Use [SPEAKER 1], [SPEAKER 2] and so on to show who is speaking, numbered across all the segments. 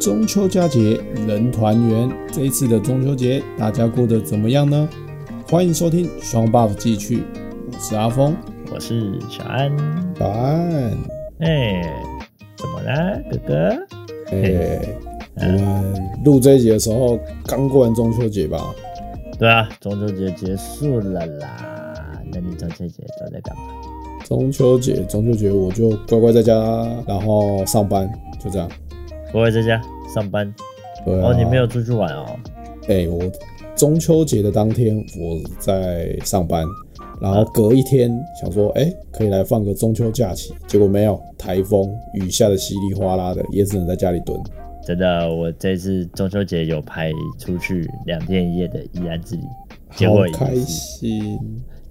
[SPEAKER 1] 中秋佳节人团圆，这一次的中秋节大家过得怎么样呢？欢迎收听双 buff 继续，我是阿峰，
[SPEAKER 2] 我是小安。
[SPEAKER 1] 晚安。
[SPEAKER 2] 哎、怎么啦，哥哥？
[SPEAKER 1] 哎、我
[SPEAKER 2] 嗯
[SPEAKER 1] 们录这一集的时候刚过完中秋节吧？
[SPEAKER 2] 对啊，中秋节结束了啦。那你中秋节都在干嘛？
[SPEAKER 1] 中秋节，中秋节我就乖乖在家，然后上班，就这样。
[SPEAKER 2] 我也在家上班。
[SPEAKER 1] 对啊、
[SPEAKER 2] 哦，你没有出去玩哦？
[SPEAKER 1] 哎、我中秋节的当天我在上班，然
[SPEAKER 2] 啊
[SPEAKER 1] 后隔一天想说，哎、可以来放个中秋假期，结果没有，台风，雨下的稀里哗啦的，也只能在家里蹲。
[SPEAKER 2] 真的，我这次中秋节有排出去两天一夜的宜兰之旅，结
[SPEAKER 1] 好
[SPEAKER 2] 果也
[SPEAKER 1] 开
[SPEAKER 2] 是，
[SPEAKER 1] 心！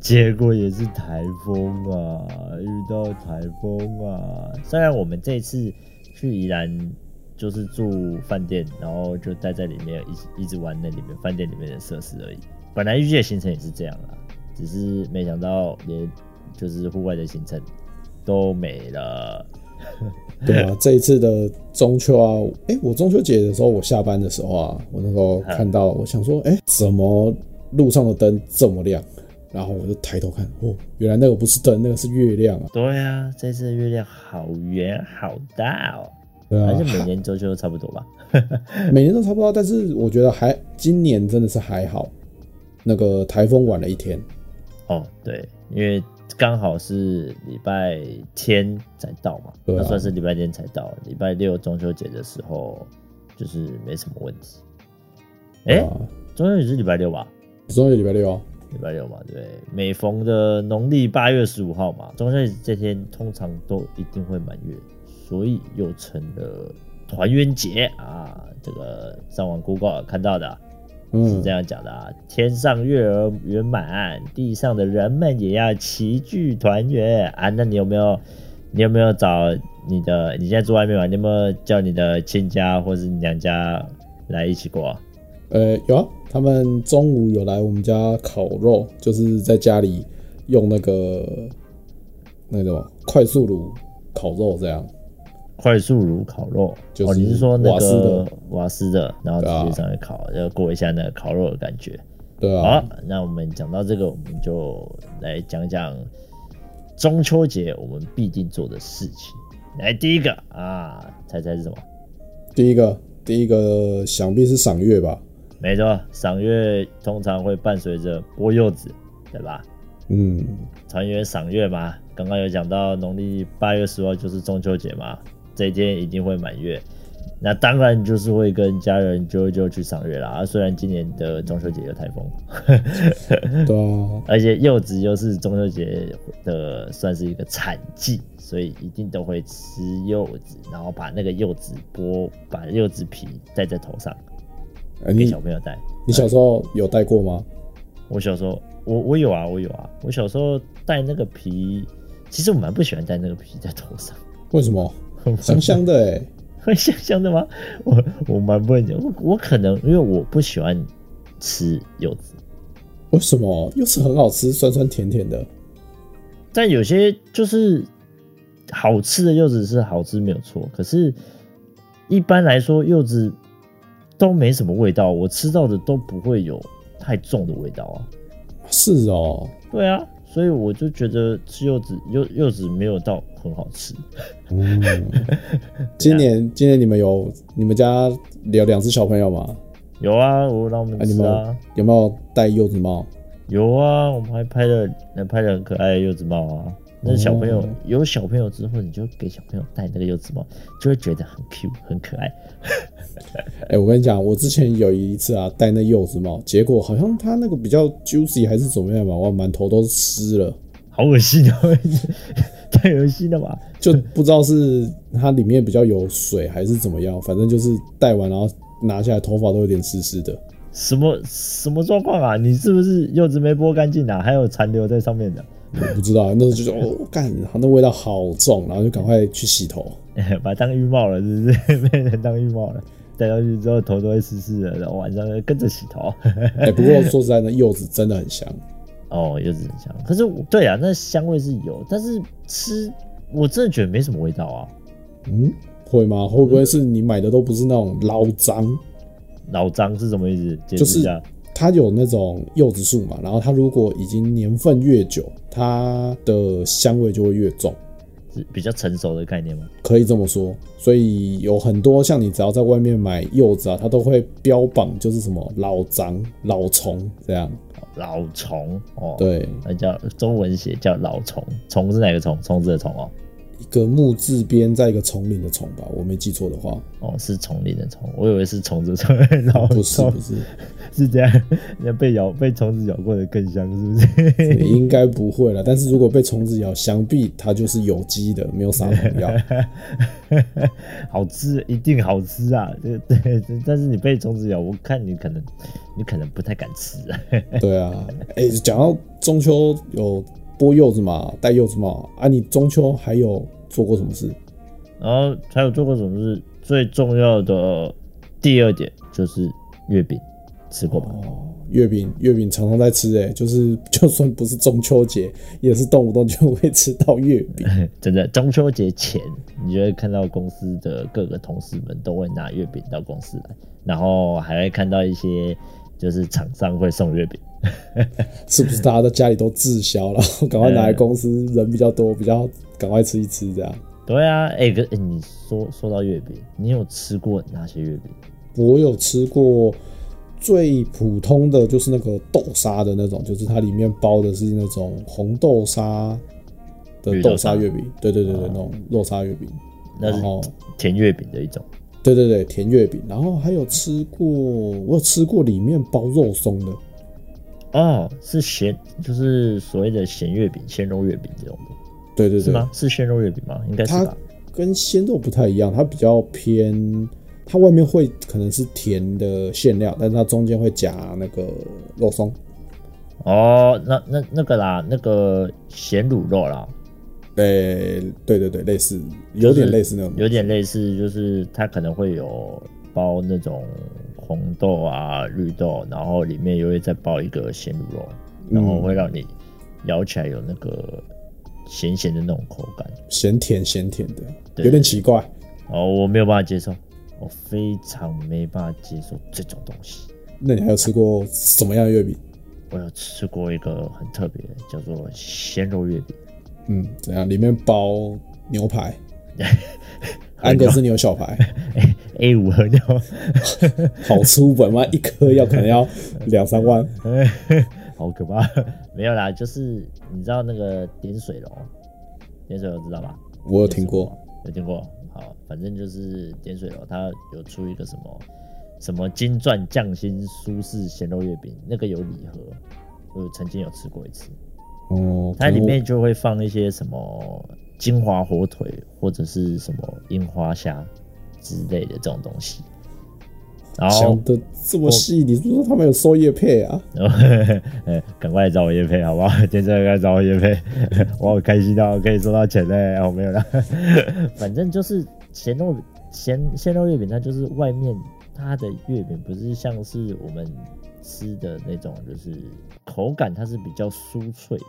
[SPEAKER 2] 结果也是台风啊，遇到台风啊。虽然我们这次去宜兰就是住饭店，然后就待在里面一直一直玩那里面饭店里面的设施而已。本来预计的行程也是这样啦，只是没想到连就是户外的行程都没了。
[SPEAKER 1] 对啊，这一次的中秋啊，哎、我中秋节的时候，我下班的时候啊，我那时候看到，我想说，哎、怎么路上的灯这么亮？然后我就抬头看，哦，原来那个不是灯，那个是月亮啊！
[SPEAKER 2] 对啊，这次的月亮好圆好大哦。
[SPEAKER 1] 对啊
[SPEAKER 2] 还，是每年中秋都差不多吧。
[SPEAKER 1] 每年都差不多，但是我觉得还今年真的是还好，那个台风晚了一天，
[SPEAKER 2] 哦，对，因为刚好是礼拜天才到嘛，
[SPEAKER 1] 对啊
[SPEAKER 2] 那算是礼拜天才到，礼拜六中秋节的时候就是没什么问题。哎、
[SPEAKER 1] 啊，
[SPEAKER 2] 中秋节是礼拜六吧？
[SPEAKER 1] 中秋礼拜六啊，
[SPEAKER 2] 礼拜六嘛，对不对，每逢的农历八月十五号嘛，中秋节这天通常都一定会满月，所以又成了团圆节啊。这个上网 Google 看到的啊、是
[SPEAKER 1] 嗯
[SPEAKER 2] 这，样讲的啊，天上月儿圆满，地上的人们也要齐聚团圆啊。那你有没有，你有没有找你的？你现在住外面嘛？你有没有叫你的亲家或是你娘家来一起过、啊？
[SPEAKER 1] 呃，有啊，他们中午有来我们家烤肉，就是在家里用那个那种快速炉烤肉这样，
[SPEAKER 2] 快速炉烤肉，
[SPEAKER 1] 就是
[SPEAKER 2] 哦，你是说那
[SPEAKER 1] 瓦斯
[SPEAKER 2] 个
[SPEAKER 1] 的
[SPEAKER 2] 瓦斯的，然后直
[SPEAKER 1] 对啊
[SPEAKER 2] 接上去烤，要过一下那个烤肉的感觉。
[SPEAKER 1] 对
[SPEAKER 2] 好
[SPEAKER 1] 啊，
[SPEAKER 2] 啊，那我们讲到这个，我们就来讲讲中秋节我们必定做的事情。来，第一个啊，猜猜是什么？
[SPEAKER 1] 第一个第一个想必是赏月吧，
[SPEAKER 2] 没错，赏月通常会伴随着剥柚子，对吧？
[SPEAKER 1] 嗯，
[SPEAKER 2] 团圆赏月嘛，刚刚有讲到农历八月十号就是中秋节嘛，这一天一定会满月。那当然就是会跟家人揪一揪去赏月啦。啊虽然今年的中秋节有台风，
[SPEAKER 1] 对啊，
[SPEAKER 2] 而且柚子又是中秋节的算是一个产季，所以一定都会吃柚子，然后把那个柚子剥，把柚子皮戴在头上
[SPEAKER 1] 呃
[SPEAKER 2] 给
[SPEAKER 1] 你
[SPEAKER 2] 小朋友戴。
[SPEAKER 1] 你小时候有戴过吗？
[SPEAKER 2] 我小时候，我我有啊，我有啊，我小时候戴那个皮，其实我蛮不喜欢戴那个皮在头上，
[SPEAKER 1] 为什么？香香的哎、
[SPEAKER 2] 会香香的吗？我我蛮不会讲，我我可能因为我不喜欢吃柚子，
[SPEAKER 1] 为什么？又是很好吃，酸酸甜甜的。
[SPEAKER 2] 但有些就是好吃的柚子是好吃没有错，可是一般来说柚子都没什么味道，我吃到的都不会有太重的味道啊。
[SPEAKER 1] 是哦，
[SPEAKER 2] 对啊，所以我就觉得吃柚子柚柚子没有到很好吃。
[SPEAKER 1] 嗯，今年今年你们有你们家有两只小朋友吗？
[SPEAKER 2] 有啊，我让我们
[SPEAKER 1] 啊，你
[SPEAKER 2] 吃
[SPEAKER 1] 们
[SPEAKER 2] 啊，
[SPEAKER 1] 有没有戴柚子帽？
[SPEAKER 2] 有啊，我们还拍了，还拍了很可爱的柚子帽啊。那小朋友、
[SPEAKER 1] 哦
[SPEAKER 2] 有小朋友之后，你就给小朋友戴那个柚子帽，就会觉得很 Q 很可爱。
[SPEAKER 1] 哎、我跟你讲，我之前有一次啊，戴那柚子帽，结果好像它那个比较 juicy 还是怎么样吧，我满头都湿了，
[SPEAKER 2] 好恶心啊！太恶心了吧？
[SPEAKER 1] 就不知道是它里面比较有水还是怎么样，反正就是戴完然后拿下来，头发都有点湿湿的。
[SPEAKER 2] 什么什么状况啊？你是不是柚子没剥干净啊？还有残留在上面的，
[SPEAKER 1] 我不知道，那时候就觉得哦，干，那味道好重，然后就赶快去洗头。
[SPEAKER 2] 把它当浴帽了，是不是？被人当浴帽了，戴上去之后头都会湿湿的，然后晚上就跟着洗头。
[SPEAKER 1] 哎、不过说实在的，柚子真的很香。
[SPEAKER 2] 哦，柚子很香，可是我对啊，那香味是有，但是吃我真的觉得没什么味道啊。
[SPEAKER 1] 嗯，会吗？会不会是你买的都不是那种老张？
[SPEAKER 2] 老张是什么意思？解
[SPEAKER 1] 就
[SPEAKER 2] 释
[SPEAKER 1] 是
[SPEAKER 2] 一下。
[SPEAKER 1] 它有那种柚子树嘛，然后它如果已经年份越久，它的香味就会越重，
[SPEAKER 2] 是比较成熟的概念吗？
[SPEAKER 1] 可以这么说。所以有很多像你只要在外面买柚子啊，它都会标榜就是什么老张、老虫这样。
[SPEAKER 2] 老虫哦，，
[SPEAKER 1] 对，
[SPEAKER 2] 那叫中文写叫老虫，虫是哪个虫？虫子的虫哦，
[SPEAKER 1] 一个木字边在一个丛林的丛吧，我没记错的话，
[SPEAKER 2] 哦是丛林的虫，我以为是虫子的虫，老
[SPEAKER 1] 不 是
[SPEAKER 2] 虫
[SPEAKER 1] 不是，
[SPEAKER 2] 是这样， 那被咬被虫子咬过的更香，是不是？
[SPEAKER 1] 也应该不会了。但是如果被虫子咬，想必它就是有机的，没有撒农药。
[SPEAKER 2] 好吃，一定好吃啊！对对，但是你被虫子咬，我看你可能你可能不太敢吃啊。
[SPEAKER 1] 对啊，哎、讲到中秋有剥柚子嘛，戴柚子帽啊，你中秋还有做过什么事？
[SPEAKER 2] 然后还有做过什么事？最重要的第二点就是月饼，吃过吧？
[SPEAKER 1] 哦，月饼，月饼常常在吃、哎，就是 就算不是中秋节，也是动不动就会吃到月饼。
[SPEAKER 2] 真的，中秋节前你就会看到公司的各个同事们都会拿月饼到公司来，然后还会看到一些就是厂商会送月饼。
[SPEAKER 1] 是不是大家在家里都滞销了，然后赶快拿来公司，人比较多，比较赶快吃一吃这样。
[SPEAKER 2] 对啊，哎、哥，哎、你说说到月饼，你有吃过哪些月饼？
[SPEAKER 1] 我有吃过最普通的就是那个豆沙的那种，就是它里面包的是那种红豆沙的豆沙月饼，对对对对，那种豆沙月饼。
[SPEAKER 2] 那
[SPEAKER 1] 然
[SPEAKER 2] 是
[SPEAKER 1] 后，
[SPEAKER 2] 甜月饼的一种。
[SPEAKER 1] 对对对，甜月饼。然后还有吃过，我有吃过里面包肉松的，
[SPEAKER 2] 哦，是咸，就是所谓的咸月饼、鲜肉月饼这种的，
[SPEAKER 1] 对对
[SPEAKER 2] 是
[SPEAKER 1] 对，
[SPEAKER 2] 吗？是鲜肉月饼吗？应该是
[SPEAKER 1] 它
[SPEAKER 2] 吧。
[SPEAKER 1] 跟鲜肉不太一样，它比较偏，它外面会可能是甜的馅料，但是它中间会夹那个肉松。
[SPEAKER 2] 哦，那那那个啦，那个咸卤肉啦，
[SPEAKER 1] 对对对对，类似，有点类似那种。
[SPEAKER 2] 有点类似，就是它可能会有包那种红豆啊、绿豆，然后里面又会再包一个咸卤肉，然后会让你咬起来有那个咸咸的那种口感。
[SPEAKER 1] 咸甜咸甜的，
[SPEAKER 2] 对
[SPEAKER 1] 有点奇怪。
[SPEAKER 2] 哦，我没有办法接受，我非常没办法接受这种东西。
[SPEAKER 1] 那你还有吃过什么样的月饼？
[SPEAKER 2] 我有吃过一个很特别的，叫做鲜肉月饼，
[SPEAKER 1] 嗯，怎样？里面包牛 排，安格斯牛小排，
[SPEAKER 2] A 五和牛，
[SPEAKER 1] 好粗本吗？一颗要可能要两三万。
[SPEAKER 2] 好可怕。没有啦，就是你知道那个点水楼，点水楼知道吧？
[SPEAKER 1] 我有听过，
[SPEAKER 2] 有听过。好，反正就是点水楼，它有出一个什么什么金钻匠心苏式鲜肉月饼，那个有礼盒，我曾经有吃过一次。
[SPEAKER 1] 哦，
[SPEAKER 2] 它里
[SPEAKER 1] 可能
[SPEAKER 2] 面就会放一些什么金华火腿或者是什么樱花虾之类的这种东西。然后
[SPEAKER 1] 想，的这么细，你是不是说他们有收叶配啊？
[SPEAKER 2] 呃， 赶快来找我叶配好不好？今天真的来找我叶配， 我好开心到可以收到钱嘞！哦，没有啦， 反正就是咸肉咸鲜肉月饼，它就是外面它的月饼不是像是我们吃的那种，就是口感它是比较酥脆的，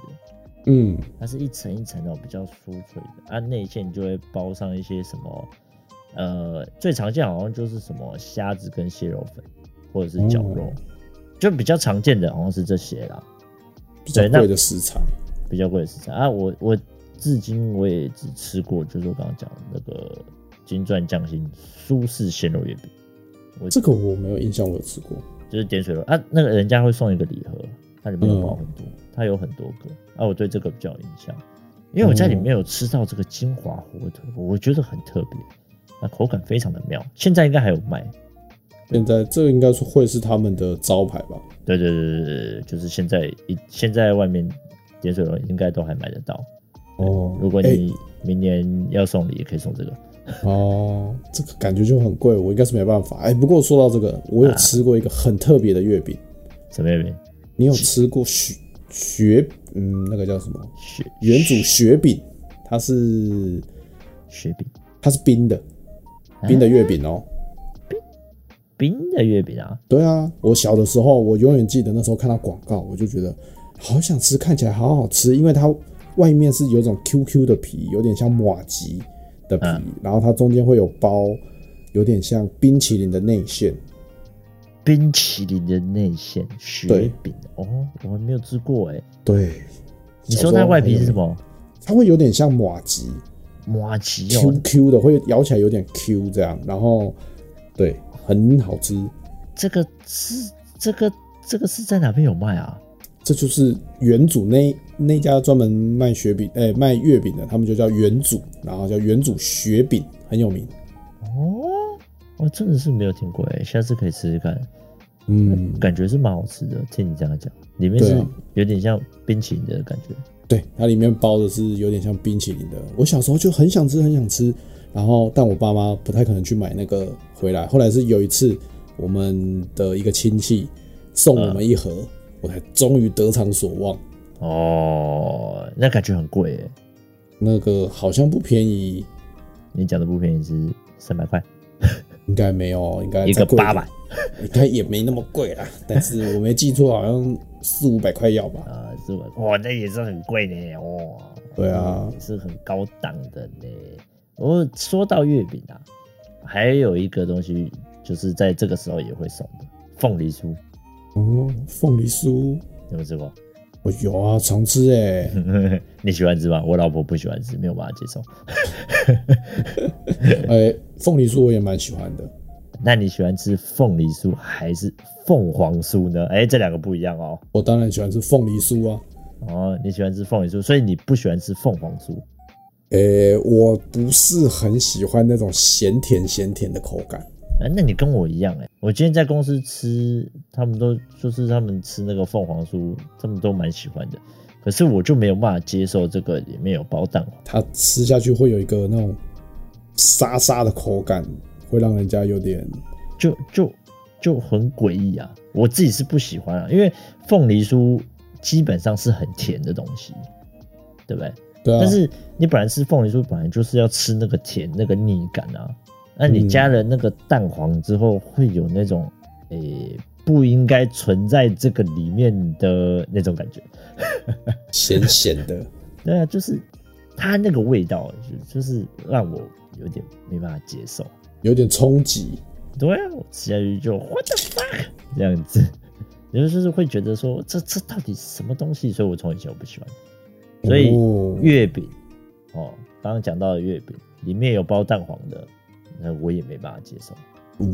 [SPEAKER 1] 嗯，
[SPEAKER 2] 它是一层一层的，哦比较酥脆的。啊，内馅就会包上一些什么，呃，最常见好像就是什么虾子跟蟹肉粉，或者是绞肉，就比较常见的好像是这些啦，
[SPEAKER 1] 比较
[SPEAKER 2] 对那
[SPEAKER 1] 贵的食材。
[SPEAKER 2] 比较贵的食材啊。我我至今我也只吃过，就是我刚刚讲的那个金钻匠心苏式鲜肉月饼，
[SPEAKER 1] 这个我没有印象，我有吃过。
[SPEAKER 2] 就是点水肉啊，那个人家会送一个礼盒，它里面有包
[SPEAKER 1] 嗯
[SPEAKER 2] 很多，它有很多个啊，我对这个比较有印象，因为我在
[SPEAKER 1] 哦
[SPEAKER 2] 里面有吃到这个金华火腿，我觉得很特别，那口感非常的妙，现在应该还有卖，
[SPEAKER 1] 现在这个应该是会是他们的招牌吧？
[SPEAKER 2] 对对对对对，就是现在一现在外面点水肉应该都还买得到，
[SPEAKER 1] 哦
[SPEAKER 2] 如果
[SPEAKER 1] 哎
[SPEAKER 2] 你明年要送礼，也可以送这个，
[SPEAKER 1] 哦，这个感觉就很贵，我应该是没办法。哎、不过说到这个，我有吃过一个很特别的月饼，
[SPEAKER 2] 什么月饼？
[SPEAKER 1] 你有吃过雪雪嗯那个叫什么
[SPEAKER 2] 雪
[SPEAKER 1] 原主雪饼？它是
[SPEAKER 2] 雪饼，
[SPEAKER 1] 它是冰的，冰的月饼哦、
[SPEAKER 2] 冰的月饼啊，
[SPEAKER 1] 对啊，我小的时候，我永远记得那时候看到广告，我就觉得好想吃，看起来好好吃，因为它外面是有种 QQ 的皮，有点像马吉，的皮，然后它中间会有包，有点像冰淇淋的内馅。
[SPEAKER 2] 冰淇淋的内馅雪
[SPEAKER 1] 对
[SPEAKER 2] 饼哦，我还没有吃过哎。
[SPEAKER 1] 对，
[SPEAKER 2] 你说它外皮是什
[SPEAKER 1] 么？
[SPEAKER 2] 么？
[SPEAKER 1] 它会有点像马吉
[SPEAKER 2] 麻吉哦
[SPEAKER 1] Q，Q 的，会咬起来有点 Q 这样，然后对，很好吃。
[SPEAKER 2] 这个是这个这个是在哪边有卖啊？
[SPEAKER 1] 这就是元祖那那家专门卖雪饼，哎、卖月饼的，他们就叫元祖，然后叫元祖雪饼，很有名。
[SPEAKER 2] 哦，我真的是没有听过哎，下次可以试试看，
[SPEAKER 1] 嗯，
[SPEAKER 2] 感觉是蛮好吃的。听你这样讲，里面是
[SPEAKER 1] 对啊
[SPEAKER 2] 有点像冰淇淋的感觉。
[SPEAKER 1] 对，它里面包的是有点像冰淇淋的。我小时候就很想吃，很想吃，然后但我爸妈不太可能去买那个回来。后来是有一次，我们的一个亲戚送我
[SPEAKER 2] 嗯
[SPEAKER 1] 们一盒，我才终于得偿所望。
[SPEAKER 2] 哦，那感觉很贵哎。
[SPEAKER 1] 那个好像不便宜，
[SPEAKER 2] 你讲的不便宜是三百块，
[SPEAKER 1] 应该没有，应该
[SPEAKER 2] 一个
[SPEAKER 1] 再贵
[SPEAKER 2] 八
[SPEAKER 1] 点
[SPEAKER 2] 百，
[SPEAKER 1] 应该也没那么贵啦。但是我没记错，好像四五百块要吧。
[SPEAKER 2] 啊，是吧？哇，那也是很贵的哦。
[SPEAKER 1] 对啊
[SPEAKER 2] 也是很高档的呢。我说到月饼啊，还有一个东西就是在这个时候也会送的凤梨酥，
[SPEAKER 1] 哦，凤梨酥，
[SPEAKER 2] 你有没有吃过？
[SPEAKER 1] 我有啊，常吃哎、
[SPEAKER 2] 嗯你喜欢吃吗？我老婆不喜欢吃，没有办法接受。
[SPEAKER 1] 哎、凤梨酥我也蛮喜欢的。
[SPEAKER 2] 那你喜欢吃凤梨酥还是凤凰酥呢？哎、这两个不一样哦。
[SPEAKER 1] 我当然喜欢吃凤梨酥啊。
[SPEAKER 2] 哦，你喜欢吃凤梨酥，所以你不喜欢吃凤凰酥。
[SPEAKER 1] 诶、呃我不是很喜欢那种咸甜咸甜的口感。
[SPEAKER 2] 哎、那你跟我一样哎、我今天在公司吃，他们都就是他们吃那个凤凰酥，他们都蛮喜欢的，可是我就没有办法接受这个里面有包蛋黄。
[SPEAKER 1] 它吃下去会有一个那种沙沙的口感，会让人家有点
[SPEAKER 2] 就就就很诡异啊！我自己是不喜欢啊，因为凤梨酥基本上是很甜的东西，对不对？
[SPEAKER 1] 对啊。
[SPEAKER 2] 但是你本来吃凤梨酥，本来就是要吃那个甜、那个腻感啊。那你加了那个蛋黄之后，会有那种诶、不应该存在这个里面的那种感觉。
[SPEAKER 1] 咸咸的，
[SPEAKER 2] 对啊，就是它那个味道，就就是让我有点没办法接受。
[SPEAKER 1] 有点冲击。
[SPEAKER 2] 对啊，我吃下去就 what the fuck 这样子，然后就是会觉得说这这到底是什么东西，所以我从以前我不喜欢。所以
[SPEAKER 1] 哦
[SPEAKER 2] 月饼哦，刚刚讲到的月饼里面有包蛋黄的，那我也没办法接受。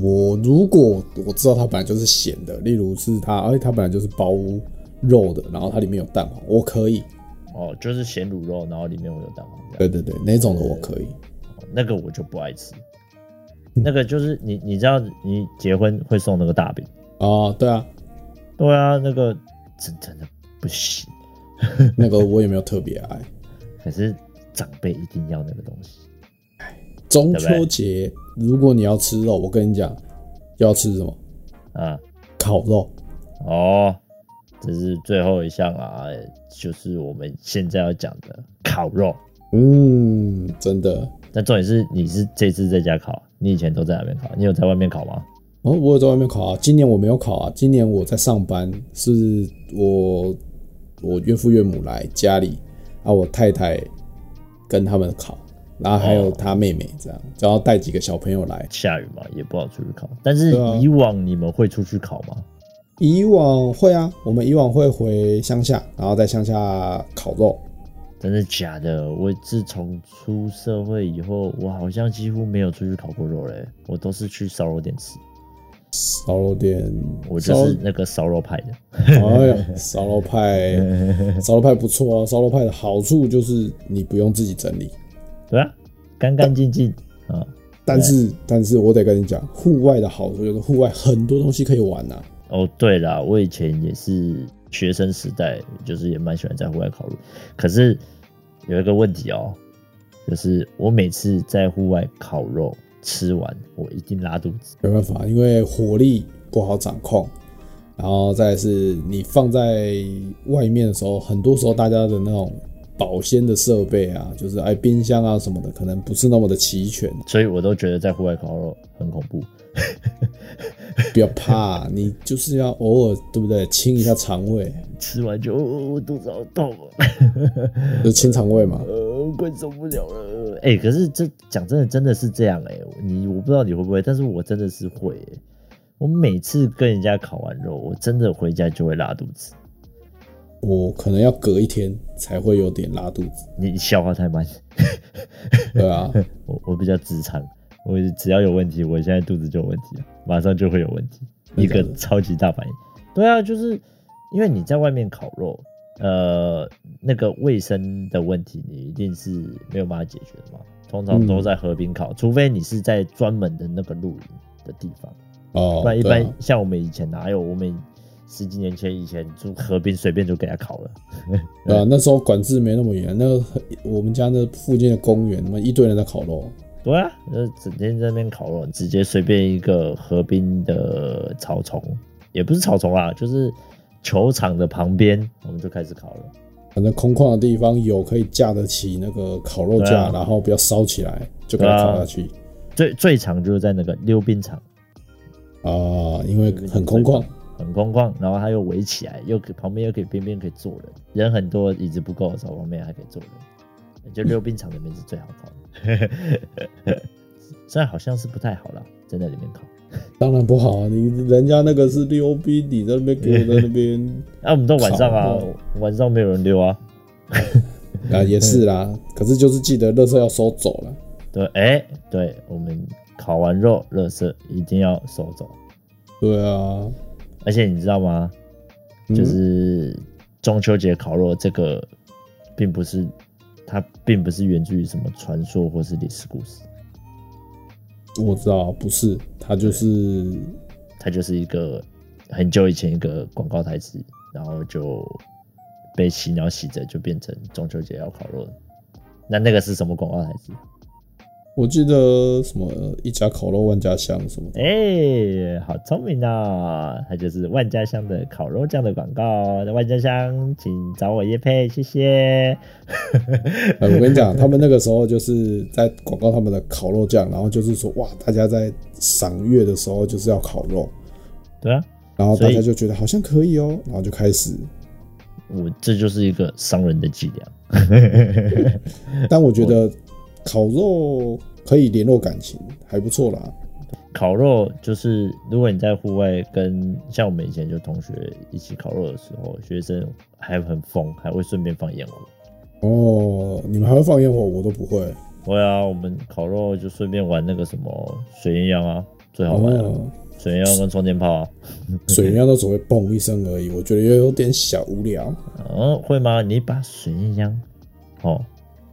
[SPEAKER 1] 我如果我知道它本来就是咸的，例如是它，而且它本来就是包肉的，然后它里面有蛋黄，我可以。
[SPEAKER 2] 哦，就是咸卤肉，然后里面会有蛋黄这
[SPEAKER 1] 对
[SPEAKER 2] 样，
[SPEAKER 1] 对对，哪种的我可以。
[SPEAKER 2] 哦那个我就不爱吃。那个就是你，你知道你结婚会送那个大饼，
[SPEAKER 1] 哦，对啊，
[SPEAKER 2] 对啊，那个真真的不行。
[SPEAKER 1] 那个我也没有特别爱。
[SPEAKER 2] 可是长辈一定要那个东西，
[SPEAKER 1] 中
[SPEAKER 2] 对不
[SPEAKER 1] 秋
[SPEAKER 2] 对
[SPEAKER 1] 节如果你要吃肉，我跟你讲，要吃什么？
[SPEAKER 2] 啊，
[SPEAKER 1] 烤肉。
[SPEAKER 2] 哦，这是最后一项啊，就是我们现在要讲的烤肉。
[SPEAKER 1] 嗯，真的。
[SPEAKER 2] 但重点是，你是这次在家烤，你以前都在那边烤，你有在外面烤吗？
[SPEAKER 1] 哦，我有在外面烤啊，今年我没有烤啊，今年我在上班，是我我岳父岳母来家里啊，我太太跟他们烤，然后还有他妹妹这样，然后带几个小朋友来。
[SPEAKER 2] 下雨嘛，也不好出去烤。但是
[SPEAKER 1] 对啊
[SPEAKER 2] 以往你们会出去烤吗？
[SPEAKER 1] 以往会啊，我们以往会回乡下，然后在乡下烤肉。
[SPEAKER 2] 真的假的？我自从出社会以后，我好像几乎没有出去烤过肉嘞、欸我都是去烧肉店吃，
[SPEAKER 1] 烧肉店，
[SPEAKER 2] 我就是那个烧肉派的。
[SPEAKER 1] 烧，哎呀，烧肉派，烧肉派不错啊。烧肉派的好处就是你不用自己整理，
[SPEAKER 2] 对啊，干干净净啊。
[SPEAKER 1] 但是但是我得跟你讲，户外的好处就是户外很多东西可以玩呐、啊。
[SPEAKER 2] 哦，对啦，我以前也是学生时代，就是也蛮喜欢在户外烤肉。可是有一个问题哦，就是我每次在户外烤肉吃完，我一定拉肚子。
[SPEAKER 1] 没办法，因为火力不好掌控，然后再来是你放在外面的时候，很多时候大家的那种保鲜的设备啊，就是哎冰箱啊什么的，可能不是那么的齐全。啊
[SPEAKER 2] 所以我都觉得在户外烤肉很恐怖。
[SPEAKER 1] 不要怕，啊你就是要偶尔对不对，清一下肠胃，
[SPEAKER 2] 吃完就、哦、我肚子好痛、哦，
[SPEAKER 1] 就清肠胃嘛。
[SPEAKER 2] 呃，快受不了了。哎、可是这讲真的，真的是这样哎、你我不知道你会不会，但是我真的是会、欸。我每次跟人家烤完肉，我真的回家就会拉肚子。
[SPEAKER 1] 我可能要隔一天才会有点拉肚 子，
[SPEAKER 2] 你你消化太慢，
[SPEAKER 1] 对啊，
[SPEAKER 2] 我我比较直肠，我只要有问题，我现在肚子就有问题了，马上就会有问题，一
[SPEAKER 1] 真的假
[SPEAKER 2] 个
[SPEAKER 1] 的
[SPEAKER 2] 超级大反应。对啊，就是因为你在外面烤肉，呃，那个卫生的问题，你一定是没有办法解决的嘛。通常都
[SPEAKER 1] 嗯
[SPEAKER 2] 在河边烤，除非你是在专门的那个露营的地方，
[SPEAKER 1] 哦，
[SPEAKER 2] 不然一
[SPEAKER 1] 对啊
[SPEAKER 2] 般像我们以前哪有我们十几年前以前住河边，随便就给他烤了。
[SPEAKER 1] 对啊，那时候管制没那么严，那个我们家那附近的公园，他妈一堆人在烤肉，
[SPEAKER 2] 对啊，就是整天在那边烤肉，直接随便一个河滨的草丛，也不是草丛啊，就是球场的旁边，我们就开始烤了。
[SPEAKER 1] 反正空旷的地方有可以架得起那个烤肉
[SPEAKER 2] 对
[SPEAKER 1] 架，
[SPEAKER 2] 啊
[SPEAKER 1] 然后不要烧起来，就给它烤下去
[SPEAKER 2] 最最长就是在那个溜冰场，
[SPEAKER 1] 啊、因为很空旷，
[SPEAKER 2] 很空旷，然后它又围起来，又可旁边又可以边边可以坐人，人很多，椅子不够的时候旁边还可以坐人，就溜冰场里面是最好烤的。 虽然好像是不太好啦，在那里面烤。
[SPEAKER 1] 当然不好啊！你人家那个是溜冰，你在那边给我在那 边
[SPEAKER 2] 啊，我们都晚上啊
[SPEAKER 1] 烤肉，
[SPEAKER 2] 晚上没有人溜啊。
[SPEAKER 1] 啊，也是啦。可是就是记得垃圾要收走了，
[SPEAKER 2] 对，哎、对我们烤完肉，垃圾一定要收走。
[SPEAKER 1] 对啊，
[SPEAKER 2] 而且你知道吗？
[SPEAKER 1] 嗯
[SPEAKER 2] 就是中秋节烤肉这个，并不是它并不是源自于什么传说或是历史故事，
[SPEAKER 1] 我知道不是，他就是
[SPEAKER 2] 它就是一个很久以前一个广告台词，然后就被洗脑洗着，就变成中秋节要烤肉了。那那个是什么广告台词？
[SPEAKER 1] 我记得什么一家烤肉万家香什么的，
[SPEAKER 2] 哎、好聪明啊！它就是万家香的烤肉酱的广告。哦那万家香，请找我叶配，谢谢。
[SPEAKER 1] 哎，我跟你讲，他们那个时候就是在广告他们的烤肉酱，然后就是说哇，大家在赏月的时候就是要烤肉，
[SPEAKER 2] 对啊，
[SPEAKER 1] 然后大
[SPEAKER 2] 所
[SPEAKER 1] 家
[SPEAKER 2] 以
[SPEAKER 1] 就觉得好像可以哦、然后就开 始。
[SPEAKER 2] 我这就是一个商人的伎俩。
[SPEAKER 1] 但我觉得烤肉可以联络感情，还不错啦。
[SPEAKER 2] 烤肉就是，如果你在户外跟像我们以前就同学一起烤肉的时候，学生还很疯，还会顺便放烟火。
[SPEAKER 1] 哦，你们还会放烟火，我都不会。
[SPEAKER 2] 会啊，我们烤肉就顺便玩那个什么水鸳鸯啊，最好玩啊，
[SPEAKER 1] 哦，
[SPEAKER 2] 水鸳鸯跟双肩炮啊。
[SPEAKER 1] 水鸳鸯都只会嘣一声而已，我觉得也有点小无聊。
[SPEAKER 2] 哦，会吗？你把水鸳鸯哦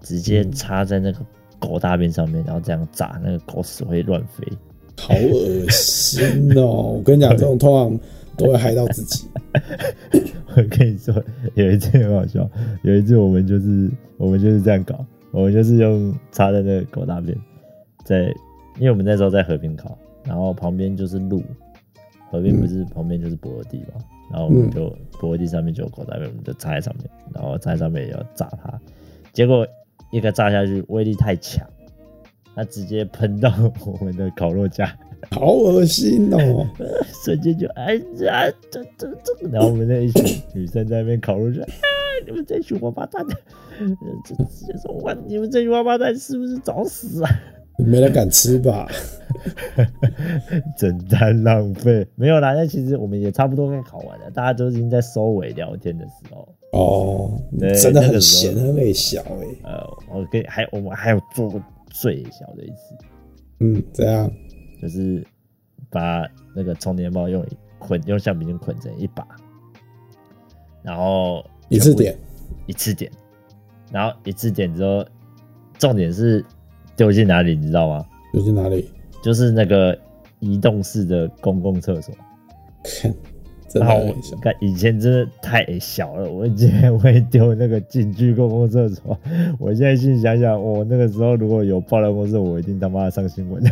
[SPEAKER 2] 直接插在那个狗大便上面，然后这样炸，那个狗屎会乱飞。
[SPEAKER 1] 好恶心哦、我跟你讲，这种通常都会害到自己。
[SPEAKER 2] 我跟你说，有一次很好笑，有一次我们就是我们就是这样搞，我们就是用插在那个狗大便，在因为我们那时候在河边烤，然后旁边就是路，河边不是旁边就是柏油地嘛，然后我们就柏油地上面就有狗大便，我们就插在上面，然后插在上面也要炸它，结果一个炸下去威力太强，它直接喷到 我们的烤肉架。
[SPEAKER 1] 好恶心哦、
[SPEAKER 2] 瞬间就哎呀，这这这，然后我们那一群女生在那边烤肉说啊，你们这群王八蛋， 这这就说哇，你们这群王八蛋是不是找死啊？
[SPEAKER 1] 没人敢吃吧？
[SPEAKER 2] 真的浪费，没有啦，那其实我们也差不多该烤完了，大家都已经在收尾聊天的时候，
[SPEAKER 1] 哦，
[SPEAKER 2] 对
[SPEAKER 1] 真的
[SPEAKER 2] 那
[SPEAKER 1] 很
[SPEAKER 2] 个时候
[SPEAKER 1] 闲，很累小哎、
[SPEAKER 2] 呃，我跟还我们还有做过最小的一次，
[SPEAKER 1] 嗯，这样
[SPEAKER 2] 就是把那个充电宝用捆用橡皮筋捆成一把，然后
[SPEAKER 1] 一次点
[SPEAKER 2] 一次点，然后一次点之后，重点是丢进哪里，你知道吗？
[SPEAKER 1] 丢去哪里？
[SPEAKER 2] 就是那个移动式的公共厕所。
[SPEAKER 1] 看，真的
[SPEAKER 2] 然后我
[SPEAKER 1] 很小。
[SPEAKER 2] 看以前真的太小了，我竟然会丢那个进去公共厕所。 我现在心里想想，我那个时候如果有爆料公司，我一定他妈的上新闻。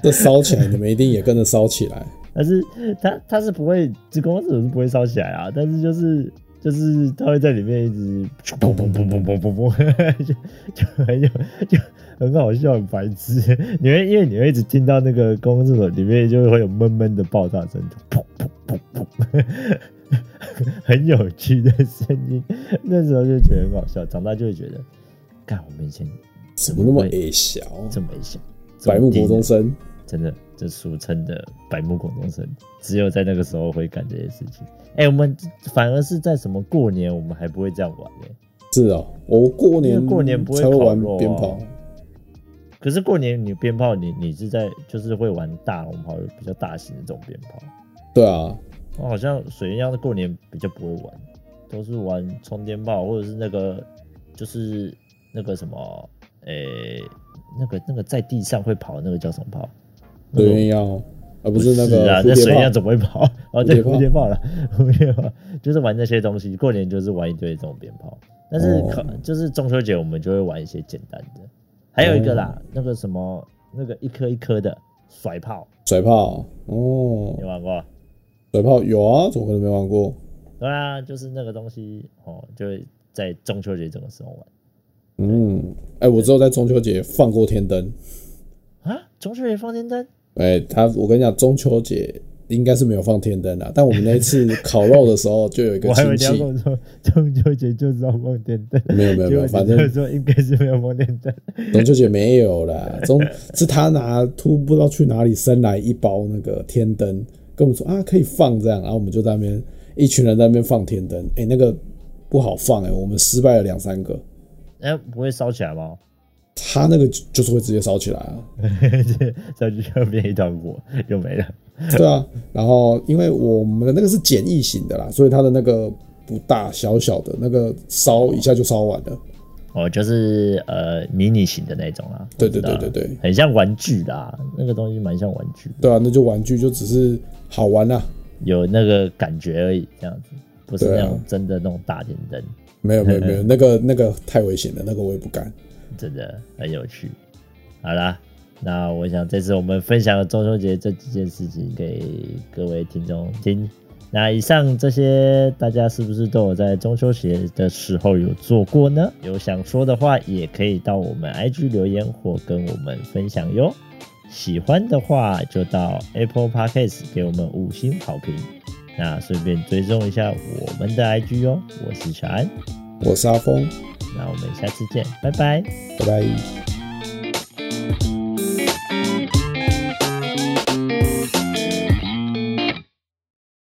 [SPEAKER 1] 这烧起来，你们一定也跟着烧起来。
[SPEAKER 2] 但是它它是不会，这公共厕所是不会烧起来啊，但是就是就是它会在里面一直砰砰砰砰砰砰砰， 就就很有就很好笑，很白痴。你会因为你会一直听到那个公共厕所里面就会有闷闷的爆炸声，就砰砰砰砰， 很有趣的声音。那时候就觉得很好笑，长大就会觉得，看我们以前
[SPEAKER 1] 怎么那么矮小？啊
[SPEAKER 2] 这么一想，这么
[SPEAKER 1] 百慕
[SPEAKER 2] 低
[SPEAKER 1] 国中生，
[SPEAKER 2] 真的，这俗称的百目广东省，只有在那个时候会干这些事情。哎、我们反而是在什么过年，我们还不会这样玩呢、
[SPEAKER 1] 是哦，我过
[SPEAKER 2] 因
[SPEAKER 1] 年
[SPEAKER 2] 为过年不会
[SPEAKER 1] 才会玩
[SPEAKER 2] 烤肉啊
[SPEAKER 1] 鞭炮，
[SPEAKER 2] 可是过年你鞭炮你，你是在就是会玩大龙炮，比较大型的这种鞭炮。
[SPEAKER 1] 对啊，
[SPEAKER 2] 我好像水烟枪过年比较不会玩，都是玩冲天炮或者是那个就是那个什么，诶、那个那个在地上会跑的那个叫什么炮？那
[SPEAKER 1] 对
[SPEAKER 2] 个
[SPEAKER 1] 鸳鸯，而不是那
[SPEAKER 2] 啊
[SPEAKER 1] 个，
[SPEAKER 2] 那
[SPEAKER 1] 蝴
[SPEAKER 2] 水
[SPEAKER 1] 蝶
[SPEAKER 2] 样
[SPEAKER 1] 炮。
[SPEAKER 2] 怎么会 跑？哦，对，
[SPEAKER 1] 蝴
[SPEAKER 2] 蝴
[SPEAKER 1] 蝶
[SPEAKER 2] 蝶炮了， 蝴蝶炮就是玩这些东西。过年就是玩一堆这种鞭炮，但是
[SPEAKER 1] 哦
[SPEAKER 2] 可、就是中秋节我们就会玩一些简单的。还有一个
[SPEAKER 1] 哦
[SPEAKER 2] 啦，那个什么那个一颗一颗的甩炮，
[SPEAKER 1] 甩炮哦
[SPEAKER 2] 你，玩过？
[SPEAKER 1] 甩炮有啊，怎么可能没玩过？
[SPEAKER 2] 对啊，就是那个东西哦，就会在中秋节这个时候玩
[SPEAKER 1] 嗯，哎、我只有在中秋节放过天灯。
[SPEAKER 2] 啊。中秋节放天灯，
[SPEAKER 1] 哎、他我跟你讲，中秋节应该是没有放天灯啦，但我们那一次烤肉的时候，就有一个
[SPEAKER 2] 我还以为
[SPEAKER 1] 亲
[SPEAKER 2] 你
[SPEAKER 1] 戚
[SPEAKER 2] 要，跟我说中秋节就是要放天灯，
[SPEAKER 1] 没有没有没
[SPEAKER 2] 结
[SPEAKER 1] 有，
[SPEAKER 2] 果
[SPEAKER 1] 反
[SPEAKER 2] 你就
[SPEAKER 1] 正
[SPEAKER 2] 说应该是没有放天灯。
[SPEAKER 1] 中秋节没有啦，中 是他拿突不知道去哪里生来一包那个天灯，跟我们说啊可以放这样，然后我们就在那边一群人在那边放天灯，哎、那个不好放哎、我们失败了两三个，
[SPEAKER 2] 哎、不会烧起来吗？
[SPEAKER 1] 他那个就就是会直接烧起来 啊，
[SPEAKER 2] 上去 就变一团火，又没了。
[SPEAKER 1] 对啊，然后因为我们的那个是简易型的啦，所以它的那个不大，小小的那个烧一下就烧完了。
[SPEAKER 2] 哦，就是呃迷你型的那种啦。
[SPEAKER 1] 对
[SPEAKER 2] 我知
[SPEAKER 1] 对
[SPEAKER 2] 道
[SPEAKER 1] 对对，对，
[SPEAKER 2] 很像玩具啦，那个东西蛮像玩具的，
[SPEAKER 1] 对啊，那就玩具就只是好玩啊啦、
[SPEAKER 2] 有那个感觉而已，这样子，不是
[SPEAKER 1] 对啊
[SPEAKER 2] 那种真的那种大电灯，
[SPEAKER 1] 没有没有没有，那个那个太危险了，那个我也不敢。
[SPEAKER 2] 真的很有趣。好啦，那我想这次我们分享了中秋节这几件事情给各位听众听。那以上这些，大家是不是都有在中秋节的时候有做过呢？有想说的话，也可以到我们 IG 留言或跟我们分享哟。喜欢的话，就到 Apple Podcast 给我们五星好评。那顺便追踪一下我们的 IG 哦，我是小安，
[SPEAKER 1] 我是阿峰，
[SPEAKER 2] 那我们下次见，拜拜。
[SPEAKER 1] 拜拜。